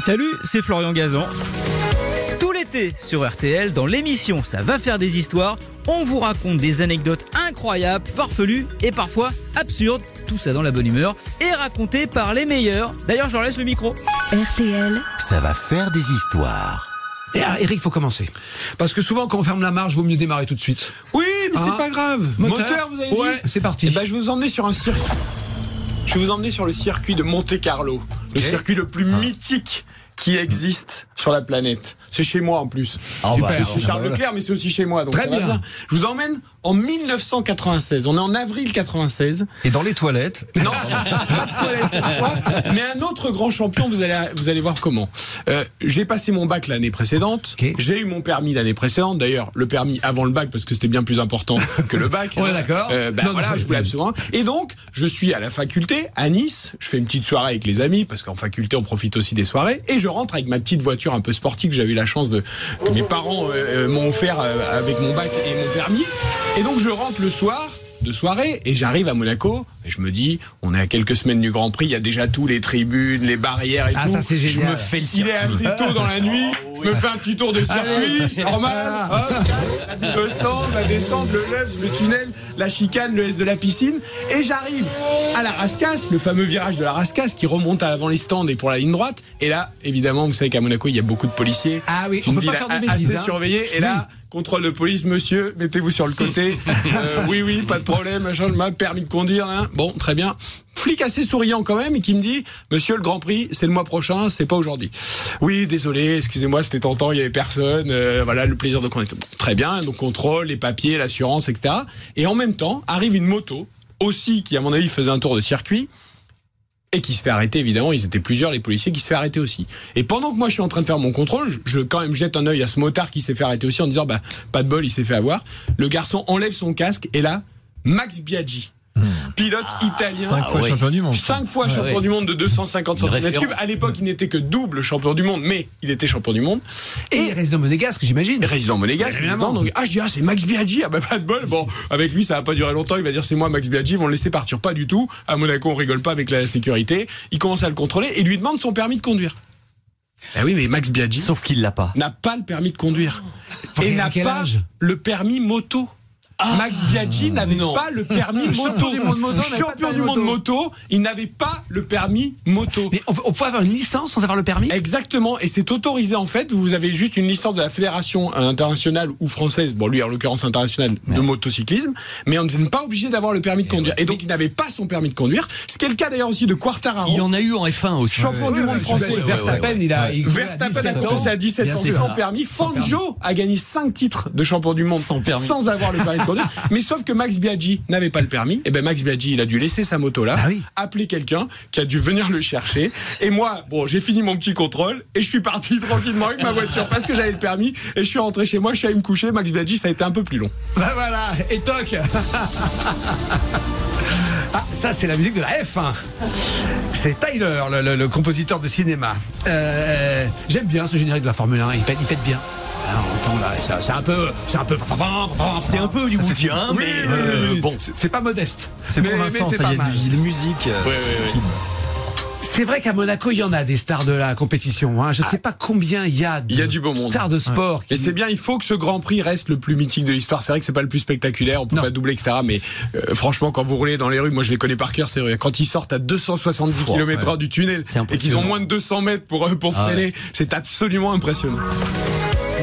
Salut, c'est Florian Gazan. Tout l'été sur RTL, dans l'émission Ça va faire des histoires, on vous raconte des anecdotes incroyables, farfelues et parfois absurdes, tout ça dans la bonne humeur, et racontées par les meilleurs. D'ailleurs, je leur laisse le micro. RTL, Ça va faire des histoires. Et, ah, Eric, faut commencer. Parce que souvent, quand on ferme la marche, vaut mieux démarrer tout de suite. Oui, mais Hein c'est pas grave. Moteur Moteur, vous avez Ouais, dit c'est parti. Eh ben, je vais vous emmener sur un circuit. Je vais vous emmener sur le circuit de Monte Carlo, le Ok. Ah. circuit le plus mythique qui existe sur la planète. C'est chez moi en plus. Ah, bah, Super. C'est chez Charles Leclerc, mais c'est aussi chez moi. Donc Très ça va bien. Je vous emmène en 1996. On est en avril 96. Et dans les toilettes, Non, pas de toilette. Ouais, Mais un autre grand champion, vous allez, vous allez voir comment. Euh, j'ai passé mon bac l'année précédente. Ok. J'ai eu mon permis l'année précédente. D'ailleurs, le permis avant le bac parce que c'était bien plus important que le bac. On est d'accord. Euh, ben Non, non, voilà, mais- je voulais absolument. Et donc, je suis à la faculté à Nice. Je fais une petite soirée avec les amis parce qu'en faculté, on profite aussi des soirées. Et je rentre avec ma petite voiture un peu sportive que j'avais eu la chance de que mes parents euh, euh, m'ont offert euh, avec mon bac et mon permis. Et donc, je rentre le soir de soirée et j'arrive à Monaco et je me dis on est à quelques semaines du Grand Prix il y a déjà tous les tribunes les barrières et Ah, tout ça, c'est génial. Ah. je me fais le il est assez tôt dans la nuit je me fais un petit tour de circuit normal Ah. hop, le stand la descente le left le tunnel la chicane le S de la piscine et j'arrive à la Rascasse le fameux virage de la Rascasse qui remonte à avant les stands et pour la ligne droite et là évidemment vous savez qu'à Monaco il y a beaucoup de policiers Ah oui, c'est on une peut pas ville faire de a- bêtises, assez hein. surveillée et là contrôle de police monsieur mettez-vous sur le côté Euh, oui oui pas de problème machin m'a permis de conduire hein. bon très bien flic assez souriant quand même et qui me dit monsieur le grand prix c'est le mois prochain c'est pas aujourd'hui oui désolé excusez-moi c'était tentant il y avait personne euh, voilà le plaisir de conduire Bon, très bien donc contrôle les papiers l'assurance etc et en même temps arrive une moto aussi qui à mon avis faisait un tour de circuit et qui se fait arrêter évidemment. Ils étaient plusieurs les policiers qui se fait arrêter aussi. Et pendant que moi je suis en train de faire mon contrôle, je, je quand même jette un œil à ce motard qui s'est fait arrêter aussi en disant bah pas de bol, il s'est fait avoir. Le garçon enlève son casque et là Max Biaggi, pilote italien. 5 Hmm. Ah, fois champion du monde. Cinq fois champion ouais. du monde de 250 cm3. référence. À l'époque, il n'était que double champion du monde, mais il était champion du monde. Et il reste dans Monégasque, j'imagine. Et Résident monégasque, évidemment. Donc, ah, je dis, ah, c'est Max Biaggi. Ah, bah, pas de bol. Bon, avec lui, ça va pas durer longtemps. Il va dire, c'est moi, Max Biaggi. Ils vont le laisser partir. Pas du tout. À Monaco, on rigole pas avec la sécurité. Il commence à le contrôler et lui demande son permis de conduire. Eh Ah oui, mais Max Biaggi Sauf qu'il l'a pas. n'a pas le permis de conduire. Et Et à n'a quel pas âge Ah le permis moto. Max Biaggi n'avait pas le permis moto. Champion du monde moto, n'avait pas de Champion permis du monde moto. moto, il n'avait pas le permis moto. Mais on, peut- on peut avoir une licence sans avoir le permis Exactement, et c'est autorisé en fait. Vous avez juste une licence de la fédération internationale ou française, bon lui en l'occurrence internationale de motocyclisme, mais on n'est pas obligé d'avoir le Eh permis de conduire. Et donc il n'avait pas son permis de conduire, ce qui est le cas d'ailleurs aussi de Il y Quartararo, en a eu en F1 aussi. champion du monde français. Verstappen, il a. il- Verstappen a 17 ans. commencé à 17 Bien, ans c'est sans ça. permis. Fangio a gagné 5 titres de champion du monde Sans permis. avoir le permis de conduire. Mais sauf que Max Biaggi n'avait pas le permis. Et ben Max Biaggi, il a dû laisser sa moto là, Bah oui. appeler quelqu'un qui a dû venir le chercher. Et moi, bon, j'ai fini mon petit contrôle et je suis parti tranquillement avec ma voiture parce que j'avais le permis et je suis rentré chez moi, je suis allé me coucher. Max Biaggi, ça a été un peu plus long. Bah voilà, et toc Ah, ça, c'est la musique de la F1. C'est Tyler, le, le- le compositeur de cinéma. Euh, J'aime bien ce générique de la Formule 1, il pète, il pète bien. Ah, on entend là, ça- c'est un peu. C'est un peu. Ah, C'est un peu hollywoodien, mais euh, bon. C'est- C'est pas modeste. C'est Mais- pour mais Vincent, c'est ça pas y a mal. du- de la musique. euh, C'est vrai qu'à Monaco, il y en a des stars de la compétition. hein. Je ne sais pas combien il y a de Ah. Il y a du beau monde. stars de sport. qui- Et c'est bien, il faut que ce Grand Prix reste le plus mythique de l'histoire. C'est vrai que c'est pas le plus spectaculaire, on peut Non. pas doubler, etc. Mais euh, franchement, quand vous roulez dans les rues, moi je les connais par cœur, c'est quand ils sortent à 270 km/h du tunnel C'est et qu'ils ont impressionnant. moins de 200 mètres pour, euh, pour Ah freiner, c'est absolument impressionnant. euh.